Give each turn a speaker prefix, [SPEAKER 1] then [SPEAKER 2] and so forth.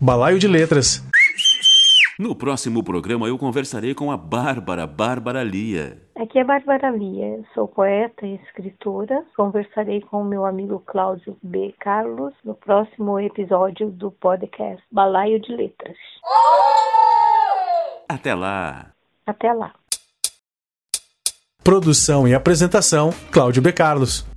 [SPEAKER 1] Balaio de Letras.
[SPEAKER 2] No próximo programa eu conversarei com a Bárbara, Bárbara Lia.
[SPEAKER 3] Aqui é Bárbara Lia, sou poeta e escritora. Conversarei com o meu amigo Cláudio B. Carlos no próximo episódio do podcast Balaio de Letras.
[SPEAKER 2] Até lá!
[SPEAKER 3] Até lá!
[SPEAKER 1] Produção e apresentação: Cláudio B. Carlos.